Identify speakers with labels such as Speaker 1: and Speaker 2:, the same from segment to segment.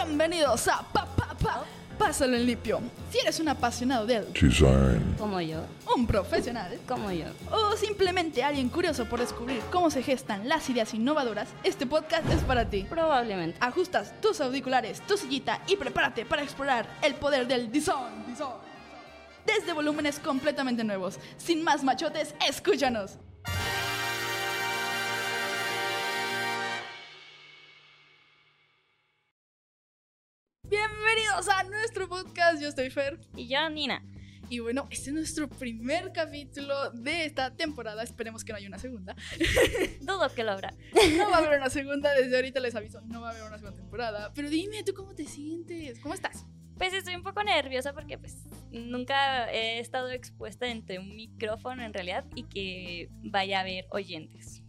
Speaker 1: Bienvenidos a Pa Pa Pa. Pásalo en limpio. Si eres un apasionado del,
Speaker 2: Design.
Speaker 3: Como yo,
Speaker 1: un profesional
Speaker 3: como yo.
Speaker 1: o simplemente alguien curioso por descubrir cómo se gestan las ideas innovadoras, este podcast es para ti.
Speaker 3: Probablemente.
Speaker 1: Ajustas tus auriculares, tu sillita y prepárate para explorar el poder del design. design. Desde volúmenes completamente nuevos. Sin más machotes, escúchanos. Bienvenidos a nuestro podcast. Yo estoy Fer.
Speaker 3: Y yo, Nina.
Speaker 1: Y bueno, este es nuestro primer capítulo de esta temporada. Esperemos que no haya una segunda.
Speaker 3: Dudo que lo habrá.
Speaker 1: No va a haber una segunda, desde ahorita les aviso, no va a haber una segunda temporada. Pero dime, ¿tú cómo te sientes? ¿Cómo estás?
Speaker 3: Pues estoy un poco nerviosa porque pues nunca he estado expuesta entre un micrófono en realidad y que vaya a haber oyentes.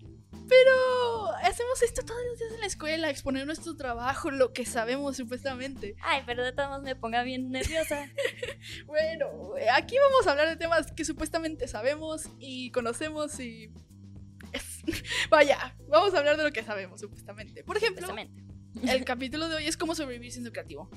Speaker 1: Oh, hacemos esto todos los días en la escuela, exponer nuestro trabajo, lo que sabemos supuestamente.
Speaker 3: Ay, pero de todos modos me ponga bien nerviosa.
Speaker 1: Bueno, eh, aquí vamos a hablar de temas que supuestamente sabemos y conocemos y... es- Vaya, vamos a hablar de lo que sabemos supuestamente. Por ejemplo,
Speaker 3: Precisamente.
Speaker 1: el capítulo de hoy es cómo sobrevivir siendo creativo.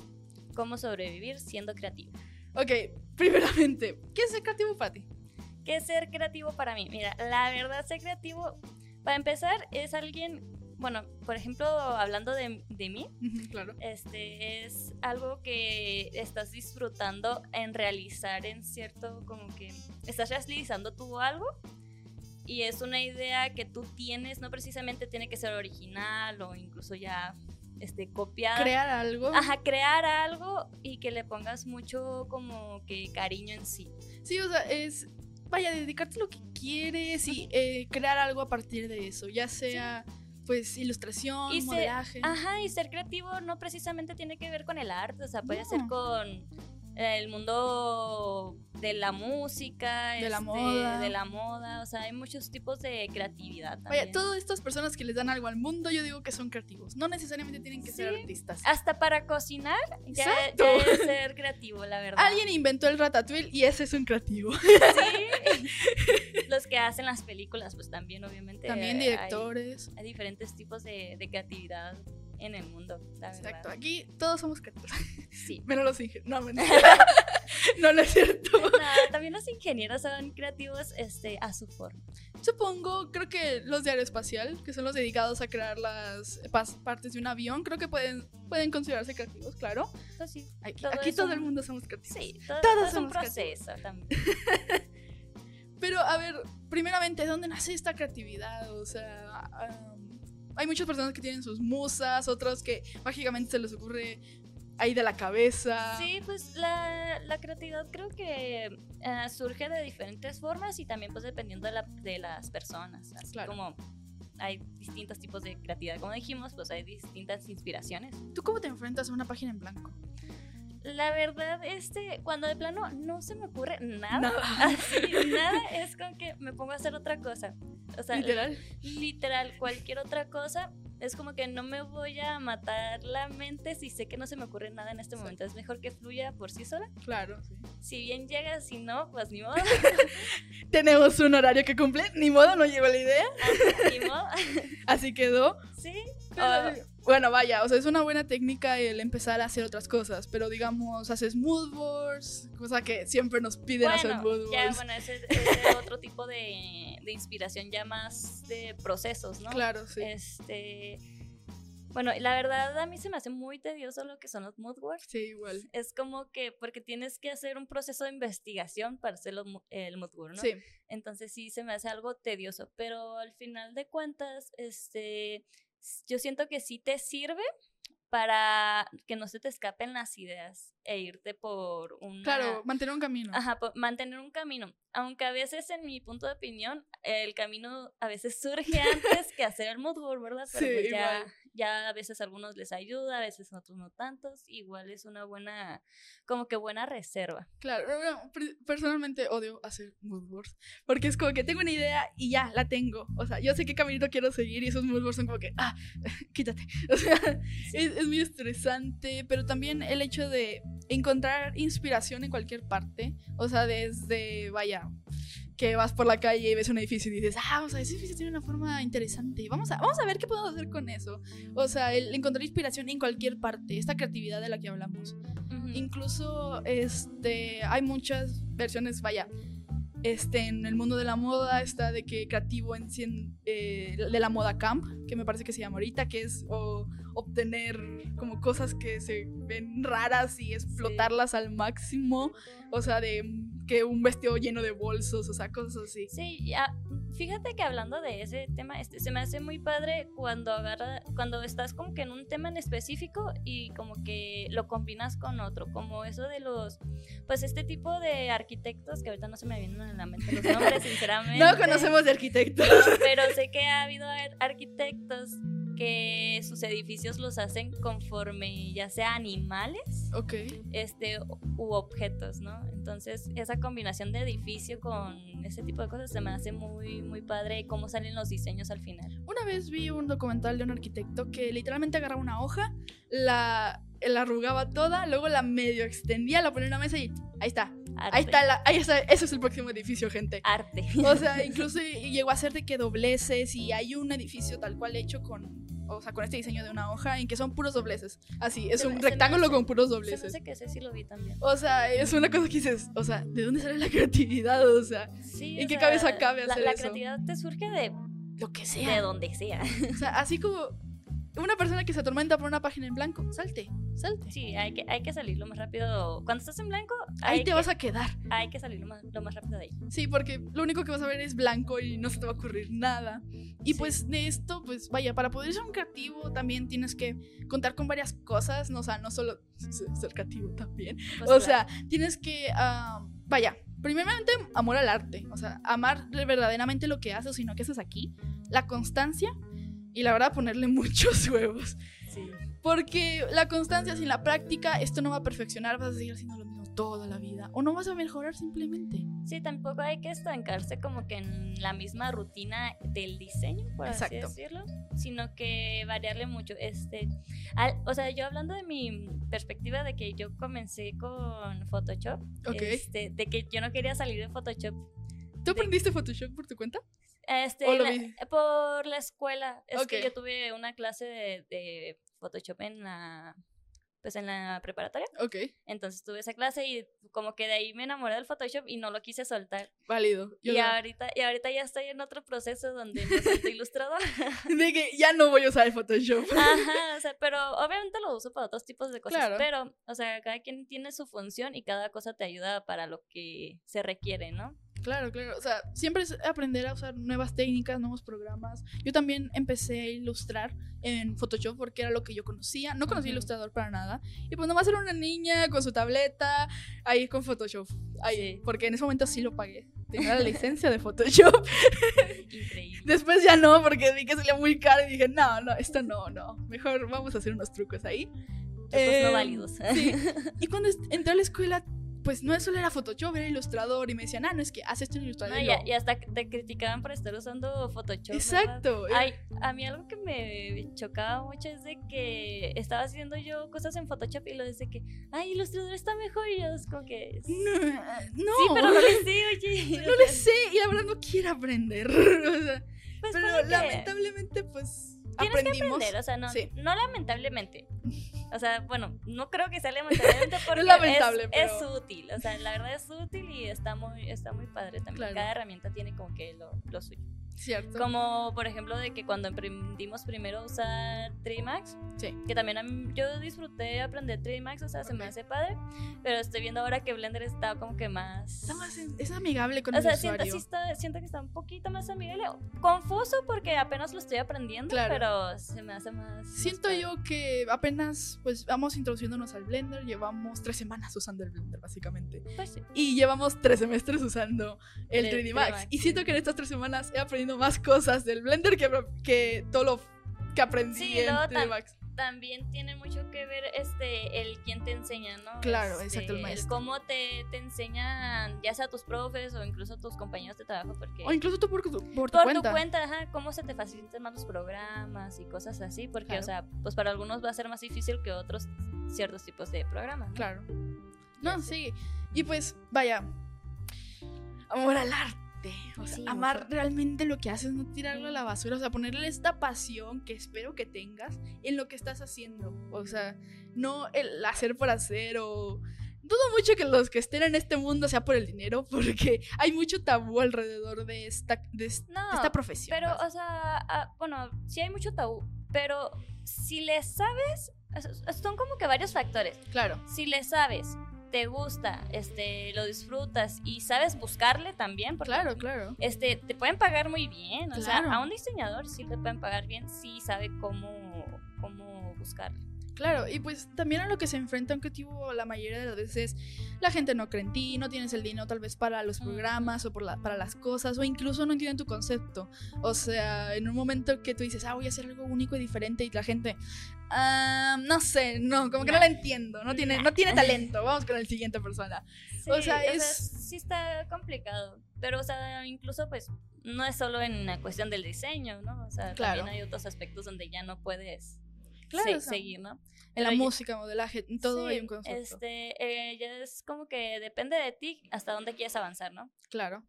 Speaker 3: Cómo sobrevivir siendo creativo.
Speaker 1: Ok, primeramente, ¿qué es ser creativo para ti?
Speaker 3: ¿Qué es ser creativo para mí? Mira, la verdad, ser creativo, para empezar, es alguien, bueno, por ejemplo, hablando de, de mí,
Speaker 1: Ujú, Claro.
Speaker 3: este es algo que estás disfrutando en realizar en cierto como que estás realizando tú algo y es una idea que tú tienes no precisamente tiene que ser original o incluso ya este copiada
Speaker 1: Crear algo.
Speaker 3: ajá crear algo y que le pongas mucho como que cariño en sí
Speaker 1: Sí, o sea, es. Vaya, dedicarte a lo que quieres y eh, crear algo a partir de eso. Ya sea, pues, ilustración,
Speaker 3: Y se-
Speaker 1: modelaje.
Speaker 3: Ajá, y ser creativo no precisamente tiene que ver con el arte, o sea, puede
Speaker 1: No.
Speaker 3: ser con eh, el mundo de la música,
Speaker 1: De la
Speaker 3: este,
Speaker 1: moda.
Speaker 3: de la moda, o sea, hay muchos tipos de creatividad también.
Speaker 1: Vaya, todas estas personas que les dan algo al mundo, yo digo que son creativos. No necesariamente tienen que ser
Speaker 3: Sí. Ah,
Speaker 1: artistas.
Speaker 3: Hasta para cocinar ya,
Speaker 1: Exacto.
Speaker 3: ya es ser creativo, la verdad.
Speaker 1: Alguien inventó el ratatouille y ese es un creativo.
Speaker 3: Sí. Los que hacen las películas, pues también obviamente
Speaker 1: También
Speaker 3: hay-
Speaker 1: directores.
Speaker 3: Hay, diferentes tipos de, de creatividad en el mundo, la verdad.
Speaker 1: Exacto. Aquí todos somos creativos.
Speaker 3: Sí.
Speaker 1: Menos los ingenieros. No, mentira. no, no es cierto.
Speaker 3: Nada, Ah, también los ingenieros son creativos este, a su forma.
Speaker 1: Supongo, creo que los de aeroespacial, que son los dedicados a crear las pas- partes de un avión, creo que pueden, pueden considerarse creativos, claro.
Speaker 3: Eso sí.
Speaker 1: Aquí,
Speaker 3: Todo
Speaker 1: aquí
Speaker 3: es
Speaker 1: todo
Speaker 3: un-
Speaker 1: el mundo somos creativos.
Speaker 3: Sí, todo,
Speaker 1: Todos
Speaker 3: todo es un
Speaker 1: somos
Speaker 3: proceso también.
Speaker 1: Pero a ver, primeramente, ¿dónde nace esta creatividad? O sea, am, hay muchas personas que tienen sus musas, otras que mágicamente se les ocurre ahí de la cabeza.
Speaker 3: Sí, pues la, la creatividad creo que eh, surge de diferentes formas y también pues dependiendo de, la- de las personas. Así
Speaker 1: Claro.
Speaker 3: como hay distintos tipos de creatividad, como dijimos, pues hay distintas inspiraciones.
Speaker 1: ¿Tú cómo te enfrentas a una página en blanco?
Speaker 3: La verdad, este, cuando de plano no se me ocurre nada,
Speaker 1: Nada.
Speaker 3: así, nada es con que me pongo a hacer otra cosa. O sea, eh,
Speaker 1: Literal.
Speaker 3: literal cualquier otra cosa. Es como que no me voy a matar la mente si sé que no se me ocurre nada en este
Speaker 1: Exacto.
Speaker 3: momento. Es mejor que fluya por sí sola.
Speaker 1: Claro, sí.
Speaker 3: Si bien llega, si no, pues ni modo.
Speaker 1: Tenemos un horario que cumplir, ni modo, no llegó la idea,
Speaker 3: ni modo.
Speaker 1: así quedó.
Speaker 3: Sí.
Speaker 1: Pero,
Speaker 3: Ah.
Speaker 1: Bueno, vaya, o sea, es una buena técnica el empezar a hacer otras cosas, pero digamos, haces mood boards, cosa que siempre nos piden hacer mood
Speaker 3: Bueno,
Speaker 1: boards.
Speaker 3: ya, bueno, ese es otro tipo de, de inspiración ya más de procesos, ¿no?
Speaker 1: Claro, sí.
Speaker 3: Este. Bueno, la verdad a mí se me hace muy tedioso lo que son los mood boards.
Speaker 1: Sí, igual.
Speaker 3: Es como que, porque tienes que hacer un proceso de investigación para hacer los mu- el mood board, ¿no?
Speaker 1: Sí.
Speaker 3: Entonces sí se me hace algo tedioso, pero al final de cuentas, este, s- yo siento que sí te sirve para que no se te escapen las ideas e irte por un...
Speaker 1: Claro, mantener un camino.
Speaker 3: Ajá, po- mantener un camino. Aunque a veces, en mi punto de opinión, el camino a veces surge antes que hacer el mood board, ¿verdad? Pero
Speaker 1: Sí,
Speaker 3: pues ya,
Speaker 1: igual.
Speaker 3: ya a veces a algunos les ayuda, a veces a otros no tantos. Igual es una buena, como que buena reserva.
Speaker 1: Claro, no, no, per- personalmente odio hacer mood boards, porque es como que tengo una idea y ya, la tengo. O sea, yo sé qué caminito quiero seguir y esos mood boards son como que, ah, quítate. O sea, es, es muy estresante, pero también el hecho de encontrar inspiración en cualquier parte, o sea, desde, vaya, que vas por la calle y ves un edificio y dices, ah, o sea, ese edificio tiene una forma interesante, vamos a, vamos a ver qué podemos hacer con eso. O sea, el encontrar inspiración en cualquier parte, esta creatividad de la que hablamos.
Speaker 3: Ujú.
Speaker 1: Incluso este, hay muchas versiones, vaya, este, en el mundo de la moda está de que creativo en, cien- eh, de la moda camp, que me parece que se llama ahorita, que es o, obtener como cosas que se ven raras y explotarlas al máximo, o sea, de mm, que un vestido lleno de bolsos, o sea, cosas así.
Speaker 3: Sí, ya. Fíjate que hablando de ese tema, este, se me hace muy padre cuando agarra, cuando estás como que en un tema en específico y como que lo combinas con otro, como eso de los, pues este tipo de arquitectos que ahorita no se me vienen a la mente los nombres, sinceramente.
Speaker 1: No conocemos de arquitectos.
Speaker 3: Pero sé que ha habido ar- arquitectos que sus edificios los hacen conforme ya sea animales
Speaker 1: Ok.
Speaker 3: este, u objetos, ¿no? Entonces, esa combinación de edificio con ese tipo de cosas se me hace muy, muy padre cómo salen los diseños al final.
Speaker 1: Una vez vi un documental de un arquitecto que literalmente agarraba una hoja, la, la arrugaba toda, luego la medio extendía, la ponía en una mesa y ahí está.
Speaker 3: Arte.
Speaker 1: Ahí está, la, ahí está, ese es el próximo edificio, gente.
Speaker 3: Arte.
Speaker 1: O sea, incluso llegó a ser de que dobleces y hay un edificio tal cual hecho con, o sea, con este diseño de una hoja en que son puros dobleces. Así, es
Speaker 3: Se me-
Speaker 1: un
Speaker 3: se me
Speaker 1: rectángulo
Speaker 3: hace-
Speaker 1: con puros
Speaker 3: Se me
Speaker 1: dobleces.
Speaker 3: hace que ese sí lo vi también.
Speaker 1: O sea, es una cosa que dices, o sea, ¿de dónde sale la creatividad? O sea,
Speaker 3: Sí,
Speaker 1: ¿En
Speaker 3: o
Speaker 1: qué
Speaker 3: sea,
Speaker 1: cabeza cabe
Speaker 3: la,
Speaker 1: hacer
Speaker 3: la
Speaker 1: eso?
Speaker 3: creatividad te surge de,
Speaker 1: lo que sea.
Speaker 3: de donde sea.
Speaker 1: O sea, así como una persona que se atormenta por una página en blanco, salte, salte.
Speaker 3: Sí, hay que, hay que salir lo más rápido. Cuando estás en blanco,
Speaker 1: Ahí
Speaker 3: hay
Speaker 1: te
Speaker 3: que,
Speaker 1: vas a quedar.
Speaker 3: hay que salir lo más, lo más rápido de ahí.
Speaker 1: Sí, porque lo único que vas a ver es blanco y no se te va a ocurrir nada. Y
Speaker 3: Sí.
Speaker 1: pues de esto, pues vaya, para poder ser un creativo también tienes que contar con varias cosas, no, o sea, no solo ser ser creativo también.
Speaker 3: Pues
Speaker 1: o
Speaker 3: claro.
Speaker 1: sea, tienes que, ah, vaya, primeramente amor al arte, o sea, amar de- verdaderamente lo que haces, sino que haces aquí, la constancia y la verdad ponerle muchos huevos.
Speaker 3: Sí.
Speaker 1: Porque la constancia sin la práctica, esto no va a perfeccionar, vas a seguir haciendo lo mismo toda la vida o no vas a mejorar simplemente.
Speaker 3: Sí, tampoco hay que estancarse como que en la misma rutina del diseño, por
Speaker 1: Exacto.
Speaker 3: así decirlo, sino que variarle mucho. Este, al- o sea, yo hablando de mi perspectiva de que yo comencé con Photoshop,
Speaker 1: Ok.
Speaker 3: este, de que yo no quería salir de Photoshop,
Speaker 1: ¿Tú aprendiste Photoshop por tu cuenta?
Speaker 3: este,
Speaker 1: ¿O Oh, lo
Speaker 3: la-
Speaker 1: vi?
Speaker 3: por la escuela. Es
Speaker 1: Ok.
Speaker 3: que yo tuve una clase de, de Photoshop en la, pues en la preparatoria,
Speaker 1: Ok,
Speaker 3: entonces tuve esa clase y como que de ahí me enamoré del Photoshop y no lo quise soltar.
Speaker 1: válido. Yo
Speaker 3: Y
Speaker 1: no-
Speaker 3: ahorita, y ahorita ya estoy en otro proceso donde me siento ilustradora.
Speaker 1: De que ya no voy a usar el Photoshop.
Speaker 3: Ajá, o sea, pero obviamente lo uso para otros tipos de cosas.
Speaker 1: Claro.
Speaker 3: Pero, o sea, cada quien tiene su función y cada cosa te ayuda para lo que se requiere, ¿no?
Speaker 1: Claro, claro. O sea, siempre es aprender a usar nuevas técnicas, nuevos programas. Yo también empecé a ilustrar en Photoshop porque era lo que yo conocía. No conocía
Speaker 3: Ujú.
Speaker 1: ilustrador para nada. Y pues nomás era una niña con su tableta, ahí con Photoshop. Ahí,
Speaker 3: Sí.
Speaker 1: Porque en ese momento sí lo pagué. Tenía la licencia de Photoshop.
Speaker 3: Increíble.
Speaker 1: Después ya no, porque vi que salía muy caro y dije, no, no, esto no, no. Mejor vamos a hacer unos trucos ahí.
Speaker 3: Trucos no
Speaker 1: Em,
Speaker 3: válidos.
Speaker 1: Sí. Y cuando est- entré a la escuela, pues no solo era Photoshop, era ilustrador. Y me decían, ah, no, es que haces esto en ilustrador.
Speaker 3: No,
Speaker 1: Y
Speaker 3: y, a-
Speaker 1: yo,
Speaker 3: y hasta te criticaban por estar usando Photoshop. ¿verdad?
Speaker 1: Exacto. eh,
Speaker 3: Ay, a mí algo que me chocaba mucho es de que estaba haciendo yo cosas en Photoshop y lo dice que, ay, ilustrador está mejor y yo es como que...
Speaker 1: No, no,
Speaker 3: Sí, pero no le sé, oye.
Speaker 1: no le sé. Y la verdad no quiero aprender. o sea,
Speaker 3: Pues
Speaker 1: pero
Speaker 3: ponle que-
Speaker 1: lamentablemente, pues
Speaker 3: Tienes que
Speaker 1: aprendimos.
Speaker 3: aprender, o sea, no,
Speaker 1: Sí.
Speaker 3: no lamentablemente. O sea, bueno, no creo que sea lamentablemente porque
Speaker 1: lamentable,
Speaker 3: es,
Speaker 1: pero-
Speaker 3: es útil. O sea, la verdad es útil y está muy, está muy padre también.
Speaker 1: Claro.
Speaker 3: Cada herramienta tiene como que lo, lo suyo.
Speaker 1: Cierto.
Speaker 3: Como por ejemplo de que cuando aprendimos primero a usar Trimax,
Speaker 1: Sí.
Speaker 3: que también a mí- yo disfruté aprender Trimax, o sea, se me
Speaker 1: Ok.
Speaker 3: hace padre, pero estoy viendo ahora que Blender está como que más...
Speaker 1: Está más en- es amigable con
Speaker 3: o
Speaker 1: el
Speaker 3: sea, siento,
Speaker 1: usuario.
Speaker 3: sí está- siento que está un poquito más amigable. Confuso porque apenas lo estoy aprendiendo,
Speaker 1: Claro.
Speaker 3: pero se me hace más. este, más
Speaker 1: Siento
Speaker 3: padre.
Speaker 1: yo que apenas pues vamos introduciéndonos al Blender, llevamos tres semanas usando el Blender básicamente
Speaker 3: Pues sí.
Speaker 1: y llevamos tres semestres usando el
Speaker 3: El
Speaker 1: 3D
Speaker 3: 3D
Speaker 1: Max.
Speaker 3: Max.
Speaker 1: Y siento que en estas tres semanas he aprendido más cosas del Blender que, que todo lo que aprendí
Speaker 3: Sí,
Speaker 1: en
Speaker 3: luego
Speaker 1: 3D
Speaker 3: tam-
Speaker 1: Max.
Speaker 3: También tiene mucho que ver este el quién te enseña, ¿no?
Speaker 1: Claro,
Speaker 3: Este,
Speaker 1: exacto, el maestro.
Speaker 3: cómo te, te enseñan, ya sea tus profes o incluso tus compañeros de trabajo, porque.
Speaker 1: O incluso tú por, tu- por tu
Speaker 3: por
Speaker 1: cuenta.
Speaker 3: tu cuenta, ajá, cómo se te facilitan más los programas y cosas así, porque,
Speaker 1: Claro.
Speaker 3: o sea, pues para algunos va a ser más difícil que otros ciertos tipos de programas. ¿no?
Speaker 1: Claro. No, sí. Y pues, vaya. Amor al arte. disfruté. O sea,
Speaker 3: Sí,
Speaker 1: amar
Speaker 3: mucho.
Speaker 1: realmente lo que haces, no tirarlo a la basura. O sea, ponerle esta pasión que espero que tengas en lo que estás haciendo. O sea, no el hacer por hacer o. Dudo mucho que los que estén en este mundo sea por el dinero, porque hay mucho tabú alrededor de esta, de es- de
Speaker 3: No,
Speaker 1: esta profesión. pues.
Speaker 3: pero,
Speaker 1: vaya.
Speaker 3: o sea, ah, bueno, sí hay mucho tabú, pero si le sabes, es- son como que varios factores.
Speaker 1: claro.
Speaker 3: Si le sabes, te gusta, este, lo disfrutas y sabes buscarle también, porque
Speaker 1: Claro, claro.
Speaker 3: este, te pueden pagar muy bien. O
Speaker 1: Claro.
Speaker 3: sea, a un diseñador sí le pueden pagar bien, sí sabe cómo, cómo buscar.
Speaker 1: Claro, y pues también a lo que se enfrenta un creativo la mayoría de las veces la gente no cree en ti, no tienes el dinero tal vez para los
Speaker 3: Ujú.
Speaker 1: programas o por la- para las cosas, o incluso no entienden tu concepto. O sea, en un momento que tú dices, ah, voy a hacer algo único y diferente, y la gente, "Ah, no sé, no, como que no la
Speaker 3: Nah.
Speaker 1: entiendo, no tiene,
Speaker 3: Nah.
Speaker 1: no tiene talento, vamos con la siguiente persona.
Speaker 3: Sí,
Speaker 1: O sea, es-
Speaker 3: sí está complicado. Pero, o sea, incluso pues no es solo en la cuestión del diseño, ¿no? O sea,
Speaker 1: Claro.
Speaker 3: también hay otros aspectos donde ya no puedes
Speaker 1: Claro,
Speaker 3: se-
Speaker 1: o sea,
Speaker 3: seguir, ¿no?
Speaker 1: En la
Speaker 3: Pero ya-
Speaker 1: música, modelaje, en todo
Speaker 3: Sí,
Speaker 1: hay un concepto.
Speaker 3: Este, eh, ya es como que depende de ti hasta dónde quieres avanzar, ¿no?
Speaker 1: Claro.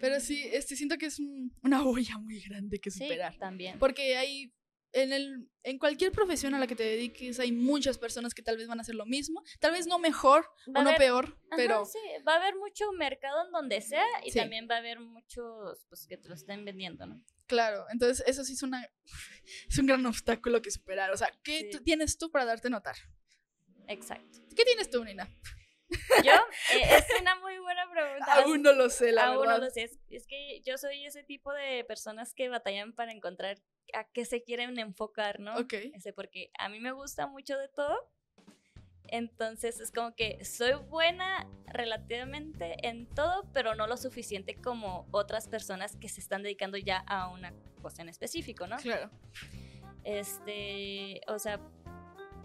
Speaker 1: Pero sí, este, siento que es un- una huella muy grande que superar.
Speaker 3: Sí, también.
Speaker 1: Porque hay. En, el, en cualquier profesión a la que te dediques, hay muchas personas que tal vez van a hacer lo mismo. Tal vez no mejor
Speaker 3: Va a
Speaker 1: o no
Speaker 3: haber-
Speaker 1: peor,
Speaker 3: Ajá,
Speaker 1: pero.
Speaker 3: sí, va a haber mucho mercado en donde sea y
Speaker 1: Sí.
Speaker 3: también va a haber muchos pues, que te lo estén vendiendo, ¿no?
Speaker 1: Claro, entonces eso sí es, una, es un gran obstáculo que superar. O sea, ¿qué
Speaker 3: Sí.
Speaker 1: tú- tienes tú para darte a notar?
Speaker 3: Exacto.
Speaker 1: ¿Qué tienes tú, Nina?
Speaker 3: Yo, eh, es una muy buena pregunta.
Speaker 1: Aún no lo sé, la
Speaker 3: Ah, Aún no
Speaker 1: verdad.
Speaker 3: lo sé. Es, es que yo soy ese tipo de personas que batallan para encontrar a qué se quieren enfocar, ¿no?
Speaker 1: Ok,
Speaker 3: Este, porque a mí me gusta mucho de todo. Entonces es como que soy buena relativamente en todo, pero no lo suficiente como otras personas que se están dedicando ya a una cosa en específico, ¿no?
Speaker 1: claro.
Speaker 3: Este, o sea,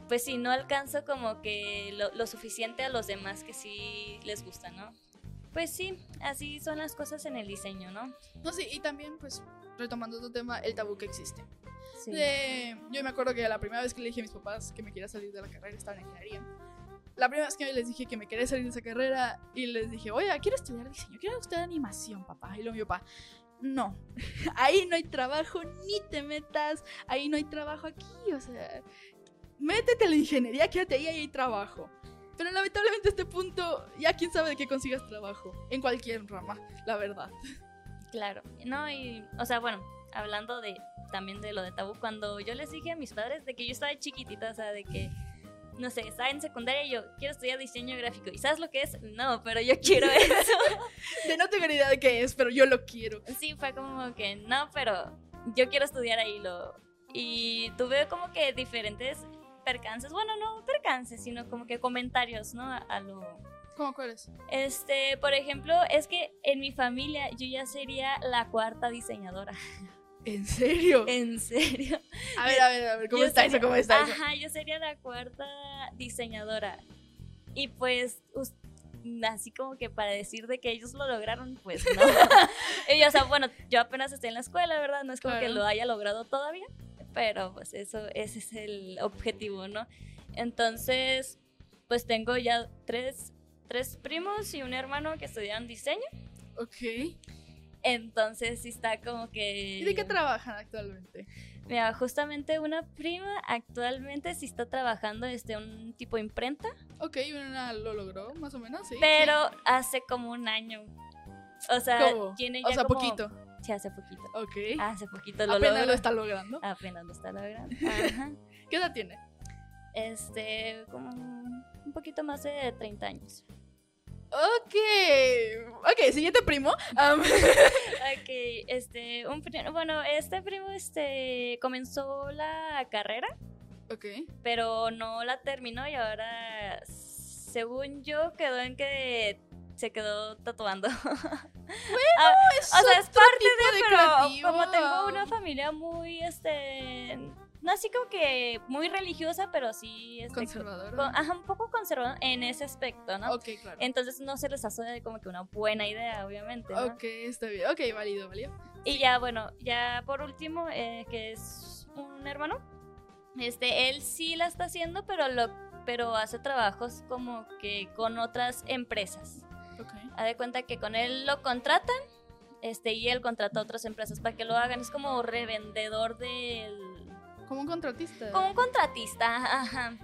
Speaker 3: pues sí, no alcanzo como que lo, lo suficiente a los demás que sí les gusta, ¿no? Pues sí, así son las cosas en el diseño, ¿no?
Speaker 1: No sé, y también, pues, retomando otro tema, el tabú que existe.
Speaker 3: Sí.
Speaker 1: de- yo me acuerdo que la primera vez que le dije a mis papás que me quería salir de la carrera estaba en ingeniería. La primera vez que les dije que me quería salir de esa carrera y les dije, oiga, quiero estudiar diseño, quiero estudiar animación, papá. Y luego mi papá, no, ahí no hay trabajo, ni te metas, ahí no hay trabajo aquí, o sea, métete a la ingeniería, quédate ahí, ahí hay trabajo. Pero lamentablemente a este punto, ya quién sabe de qué consigas trabajo, en cualquier rama, la verdad.
Speaker 3: Claro, no, y, o sea, bueno, hablando de también de lo de tabú, cuando yo les dije a mis padres de que yo estaba chiquitita, o sea, de que, no sé, estaba en secundaria y yo quiero estudiar diseño gráfico, ¿y sabes lo que es? No, pero yo quiero eso.
Speaker 1: De no tengo ni idea de qué es, pero yo lo quiero.
Speaker 3: sí, fue como que, no, pero yo quiero estudiar ahí lo... Y tuve como que diferentes percances, bueno, no percances, sino como que comentarios, ¿no? A, a lo...
Speaker 1: ¿Cómo cuál es?
Speaker 3: Este, por ejemplo, es que en mi familia yo ya sería la cuarta diseñadora.
Speaker 1: ¿En serio?
Speaker 3: En serio.
Speaker 1: A ver, a ver, a ver, ¿cómo
Speaker 3: Yo
Speaker 1: está
Speaker 3: sería-
Speaker 1: eso? ¿Cómo está eso?
Speaker 3: Ajá, yo sería la cuarta diseñadora. Y pues, us- así como que para decir de que ellos lo lograron, pues no. y, o sea, bueno, yo apenas estoy en la escuela, ¿verdad? No es como que
Speaker 1: Claro.
Speaker 3: lo haya logrado todavía, pero pues eso, ese es el objetivo, ¿no? Entonces, pues tengo ya tres, tres primos y un hermano que estudiaron diseño.
Speaker 1: Ok. ¿Y
Speaker 3: Entonces, sí está como que...
Speaker 1: de qué trabajan actualmente?
Speaker 3: Mira, justamente una prima actualmente sí está trabajando desde un tipo imprenta,
Speaker 1: Ok, una lo logró, más o menos, sí.
Speaker 3: pero hace como un año. O sea,
Speaker 1: ¿Cómo?
Speaker 3: tiene ya
Speaker 1: O sea,
Speaker 3: como-
Speaker 1: poquito.
Speaker 3: Sí, hace poquito. Ah,
Speaker 1: Ok.
Speaker 3: Hace poquito lo
Speaker 1: Apenas
Speaker 3: logró.
Speaker 1: lo está logrando.
Speaker 3: Apenas lo está logrando. Ajá.
Speaker 1: ¿Qué edad tiene?
Speaker 3: Este, como un poquito más de 30 años.
Speaker 1: Ok. Ok, siguiente primo. Am,
Speaker 3: Ok, este, un pri- bueno, este primo este comenzó la carrera,
Speaker 1: ok.
Speaker 3: pero no la terminó y ahora según yo quedó en que se quedó tatuando.
Speaker 1: Es
Speaker 3: O sea, es parte
Speaker 1: tipo de
Speaker 3: de,
Speaker 1: creativo.
Speaker 3: pero como tengo una familia muy, este, no así como que muy religiosa, pero sí, este,
Speaker 1: conservadora.
Speaker 3: con- ajá, un poco conservadora en ese aspecto, ¿no?
Speaker 1: Ok, claro.
Speaker 3: Entonces no se les hace como que una buena idea, obviamente, este, ¿no?
Speaker 1: Ok, está bien. Ok, válido, válido.
Speaker 3: Y ya, bueno, ya por último, eh, que es un hermano, este, él sí la está haciendo, pero lo, pero hace trabajos como que con otras empresas.
Speaker 1: Ok.
Speaker 3: Haz de cuenta que con él lo contratan este, y él contrata a otras empresas para que lo hagan. Es como revendedor del...
Speaker 1: Como un contratista.
Speaker 3: Como un contratista, ajá.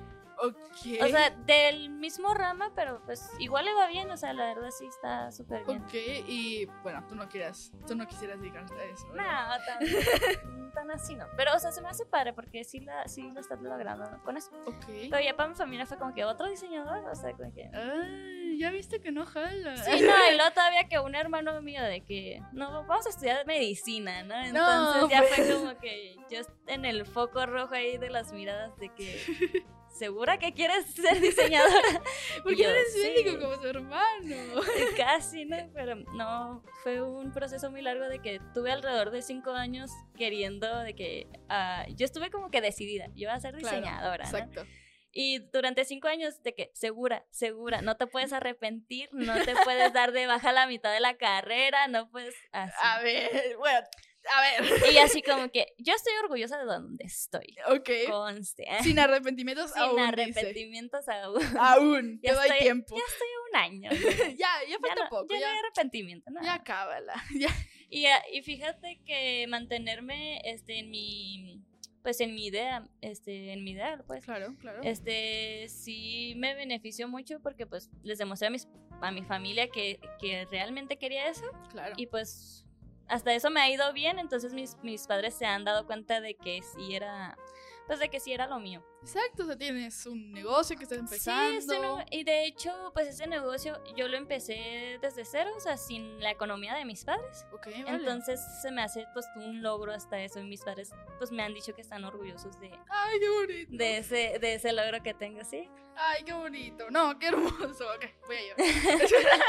Speaker 1: Ok.
Speaker 3: O sea, del mismo rama, pero pues igual le va bien, o sea, la verdad sí está súper bien.
Speaker 1: ok, y bueno, tú no quieras, tú no quisieras dedicarte a eso. ¿verdad?
Speaker 3: No, tan, tan así no. Pero, o sea, se me hace padre porque sí, la, sí lo estás logrando ¿no? con eso.
Speaker 1: Ok.
Speaker 3: Pero ya para mi familia fue como que otro diseñador, o sea, como que...
Speaker 1: Ah. Ay, ya viste que no jala.
Speaker 3: Sí, no, y luego todavía que un hermano mío de que, no, vamos a estudiar medicina, ¿no? Entonces ya
Speaker 1: pues.
Speaker 3: fue como que yo en el foco rojo ahí de las miradas de que, ¿segura que quieres ser diseñadora?
Speaker 1: ¿Por qué
Speaker 3: yo,
Speaker 1: eres
Speaker 3: sí.
Speaker 1: único como su hermano?
Speaker 3: Y Casi, ¿no? Pero no, fue un proceso muy largo de que tuve alrededor de cinco años queriendo de que, ah, yo estuve como que decidida, yo iba a ser
Speaker 1: Claro,
Speaker 3: diseñadora, ¿no?
Speaker 1: Exacto.
Speaker 3: Y durante cinco años de que, segura, segura, no te puedes arrepentir, no te puedes dar de baja a la mitad de la carrera, no puedes... Así.
Speaker 1: A ver, bueno, a ver.
Speaker 3: Y así como que, yo estoy orgullosa de donde estoy,
Speaker 1: Ok.
Speaker 3: conste. ¿eh?
Speaker 1: Sin arrepentimientos
Speaker 3: Sin
Speaker 1: aún. dice.
Speaker 3: arrepentimientos aún.
Speaker 1: Aún.
Speaker 3: Ya
Speaker 1: Te doy
Speaker 3: estoy-
Speaker 1: tiempo.
Speaker 3: Ya estoy a un año.
Speaker 1: Ya, ya,
Speaker 3: Ya
Speaker 1: falta
Speaker 3: no,
Speaker 1: poco.
Speaker 3: ya no
Speaker 1: Ya,
Speaker 3: hay arrepentimiento, ¿no?
Speaker 1: ya cábala. Ya.
Speaker 3: Y, ah, y fíjate que mantenerme este, en mi... Pues en mi idea, este, en mi idea, pues,
Speaker 1: Claro, claro.
Speaker 3: Este, sí me benefició mucho porque pues les demostré a, mis, a mi familia que, que realmente quería eso
Speaker 1: claro.
Speaker 3: y pues hasta eso me ha ido bien, entonces mis, mis padres se han dado cuenta de que sí era, pues de que sí era lo mío.
Speaker 1: Exacto, o sea, tienes un negocio que estás empezando.
Speaker 3: Sí, este nego- y de hecho pues ese negocio yo lo empecé desde cero, o sea, sin la economía de mis padres.
Speaker 1: Ok, vale.
Speaker 3: Entonces se me hace pues un logro hasta eso y mis padres pues me han dicho que están orgullosos de,
Speaker 1: Ay, qué bonito.
Speaker 3: de, ese, de ese logro que tengo, sí.
Speaker 1: Ay, qué bonito. No, qué hermoso. Ok, voy a llorar.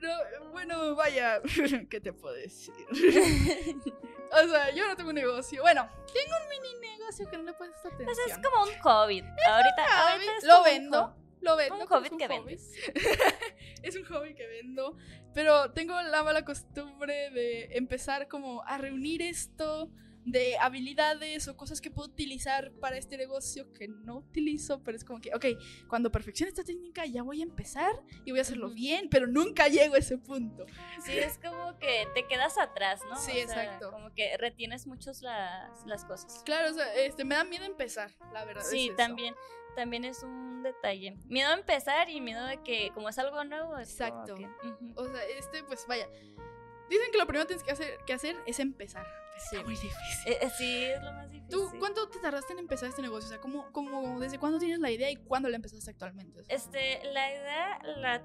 Speaker 1: No, bueno, vaya, ¿qué te puedo decir?
Speaker 3: Pues,
Speaker 1: O sea, yo no tengo un negocio. Bueno, tengo un mini negocio que no le puedes atención.
Speaker 3: Pues es como un COVID. Ahorita,
Speaker 1: hobby,
Speaker 3: ahorita es
Speaker 1: lo
Speaker 3: como un
Speaker 1: vendo.
Speaker 3: hobby.
Speaker 1: Lo vendo.
Speaker 3: un
Speaker 1: como
Speaker 3: hobby
Speaker 1: es un
Speaker 3: que
Speaker 1: hobby.
Speaker 3: vendes.
Speaker 1: es un hobby que vendo. Pero tengo la mala costumbre de empezar como a reunir esto de habilidades o cosas que puedo utilizar para este negocio que no utilizo, pero es como que, ok, cuando perfeccione esta técnica ya voy a empezar y voy a hacerlo
Speaker 3: Ujú.
Speaker 1: bien, pero nunca llego a ese punto.
Speaker 3: Sí, es como que te quedas atrás, ¿no?
Speaker 1: Sí, exacto.
Speaker 3: Como que retienes muchos las, las cosas.
Speaker 1: Claro, o sea, este, me da miedo empezar, la verdad. es
Speaker 3: Sí,
Speaker 1: eso.
Speaker 3: también. También es un detalle. Miedo a empezar y miedo de que, como es algo nuevo, es como
Speaker 1: Exacto.
Speaker 3: que, ujú.
Speaker 1: O sea, este, pues vaya. Dicen que lo primero que tienes que hacer, que hacer es empezar. Pero
Speaker 3: Sí.
Speaker 1: Está muy difícil.
Speaker 3: Eh, eh, sí, es lo más difícil.
Speaker 1: ¿Tú cuánto te tardaste en empezar este negocio? O sea, ¿cómo, cómo, desde cuándo tienes la idea y cuándo la empezaste actualmente? O sea,
Speaker 3: Este, la idea la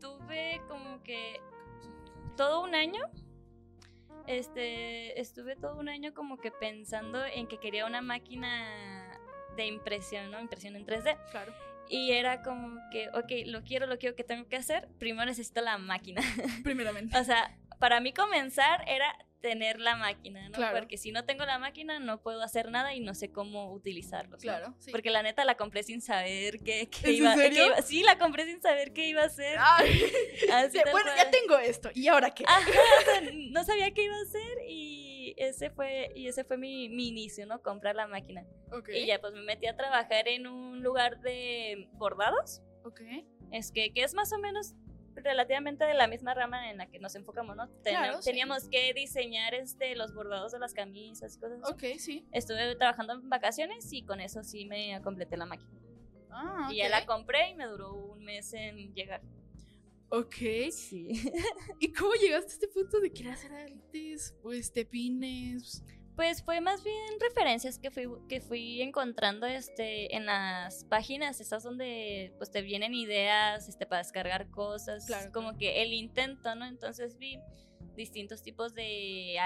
Speaker 3: tuve como que todo un año. Este, estuve todo un año como que pensando en que quería una máquina de impresión, ¿no? Impresión en 3D.
Speaker 1: claro.
Speaker 3: Y era como que, ok, lo quiero, lo quiero, ¿qué tengo que hacer? Primero necesito la máquina.
Speaker 1: Primeramente.
Speaker 3: o sea, para mí comenzar era tener la máquina, ¿no?
Speaker 1: Claro.
Speaker 3: Porque si no tengo la máquina no puedo hacer nada y no sé cómo utilizarlos. ¿no?
Speaker 1: Claro, sí.
Speaker 3: Porque la neta la compré sin saber qué, qué
Speaker 1: ¿Es en
Speaker 3: iba, qué
Speaker 1: serio?
Speaker 3: iba- Sí, la compré sin saber qué iba a hacer.
Speaker 1: Ay,
Speaker 3: Así
Speaker 1: de-
Speaker 3: tal
Speaker 1: bueno, ya
Speaker 3: cual. Ah,
Speaker 1: tengo esto. ¿Y ahora qué?
Speaker 3: Ajá, o sea, no sabía qué iba a hacer y ese fue, y ese fue mi, mi inicio, ¿no? Comprar la máquina.
Speaker 1: Ok.
Speaker 3: Y ya pues me metí a trabajar en un lugar de bordados.
Speaker 1: Ok.
Speaker 3: Es que, que es más o menos relativamente de la misma rama en la que nos enfocamos, ¿no? Ten-
Speaker 1: Claro, sí.
Speaker 3: teníamos que diseñar este, los bordados de las camisas y cosas así.
Speaker 1: Ok, sí.
Speaker 3: Estuve trabajando en vacaciones y con eso sí me completé la máquina.
Speaker 1: Ah, ok.
Speaker 3: Y ya la compré y me duró un mes en llegar.
Speaker 1: Ok.
Speaker 3: Sí.
Speaker 1: ¿Y cómo llegaste a este punto de querer hacer artes? Pues te pines.
Speaker 3: Pues fue más bien referencias que fui, que fui encontrando este, en las páginas, esas donde pues, te vienen ideas este, para descargar cosas,
Speaker 1: Claro,
Speaker 3: como
Speaker 1: claro.
Speaker 3: que el intento, ¿no? Entonces vi distintos tipos de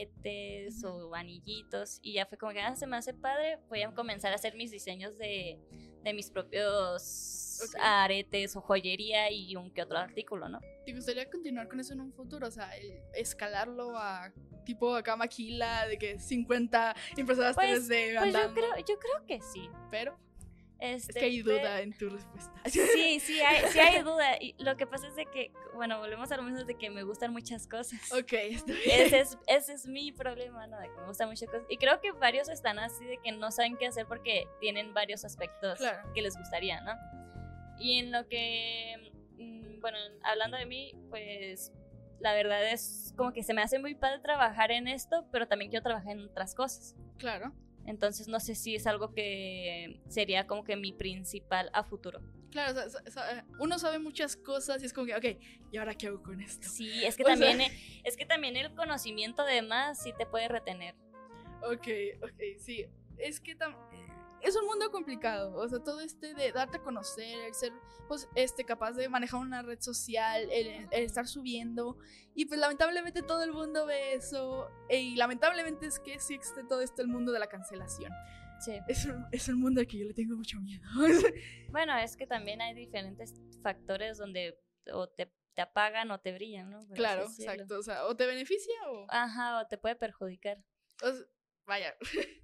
Speaker 3: aretes o anillitos y ya fue como que ah, se me hace padre, voy a comenzar a hacer mis diseños de, de mis propios
Speaker 1: Ok.
Speaker 3: aretes o joyería y un que otro artículo, ¿no?
Speaker 1: ¿Te gustaría continuar con eso en un futuro? O sea, el escalarlo a tipo acá maquila de que 50 impresoras
Speaker 3: Pues-
Speaker 1: 3D
Speaker 3: Pues yo
Speaker 1: andando,
Speaker 3: creo, yo creo que sí.
Speaker 1: Pero
Speaker 3: Este,
Speaker 1: es que hay
Speaker 3: pe-
Speaker 1: duda en tu respuesta.
Speaker 3: Sí, sí hay, sí hay duda. Y lo que pasa es de que, bueno, volvemos a lo mismo de que me gustan muchas cosas.
Speaker 1: ok, está bien.
Speaker 3: Ese es, ese es mi problema, ¿no? De que me gustan muchas cosas. Y creo que varios están así de que no saben qué hacer porque tienen varios aspectos
Speaker 1: Claro.
Speaker 3: que les gustaría, ¿no? Y en lo que, mm, bueno, hablando de mí, pues la verdad es como que se me hace muy padre trabajar en esto, pero también quiero trabajar en otras cosas.
Speaker 1: Claro.
Speaker 3: Entonces no sé si es algo que sería como que mi principal a futuro.
Speaker 1: Claro, o sea, sa- sa- uno sabe muchas cosas y es como que, ok, ¿y ahora qué hago con esto?
Speaker 3: Sí, es que
Speaker 1: O sea-
Speaker 3: también eh, es que también el conocimiento de más sí te puede retener.
Speaker 1: Ok, ok, sí. Es que tam- es un mundo complicado. O sea, todo este de darte a conocer, el ser pues, este, capaz de manejar una red social, el, el estar subiendo. Y pues lamentablemente todo el mundo ve eso. e, Y lamentablemente es que sí existe todo esto, el mundo de la cancelación.
Speaker 3: Sí.
Speaker 1: Es un, es un mundo al que yo le tengo mucho miedo.
Speaker 3: Pues, Bueno, es que también hay diferentes factores donde o te, te apagan o te brillan, ¿no? Por así
Speaker 1: claro,
Speaker 3: decirlo.
Speaker 1: exacto. O sea, o te beneficia o...
Speaker 3: Ajá, o te puede perjudicar.
Speaker 1: O sea, vaya.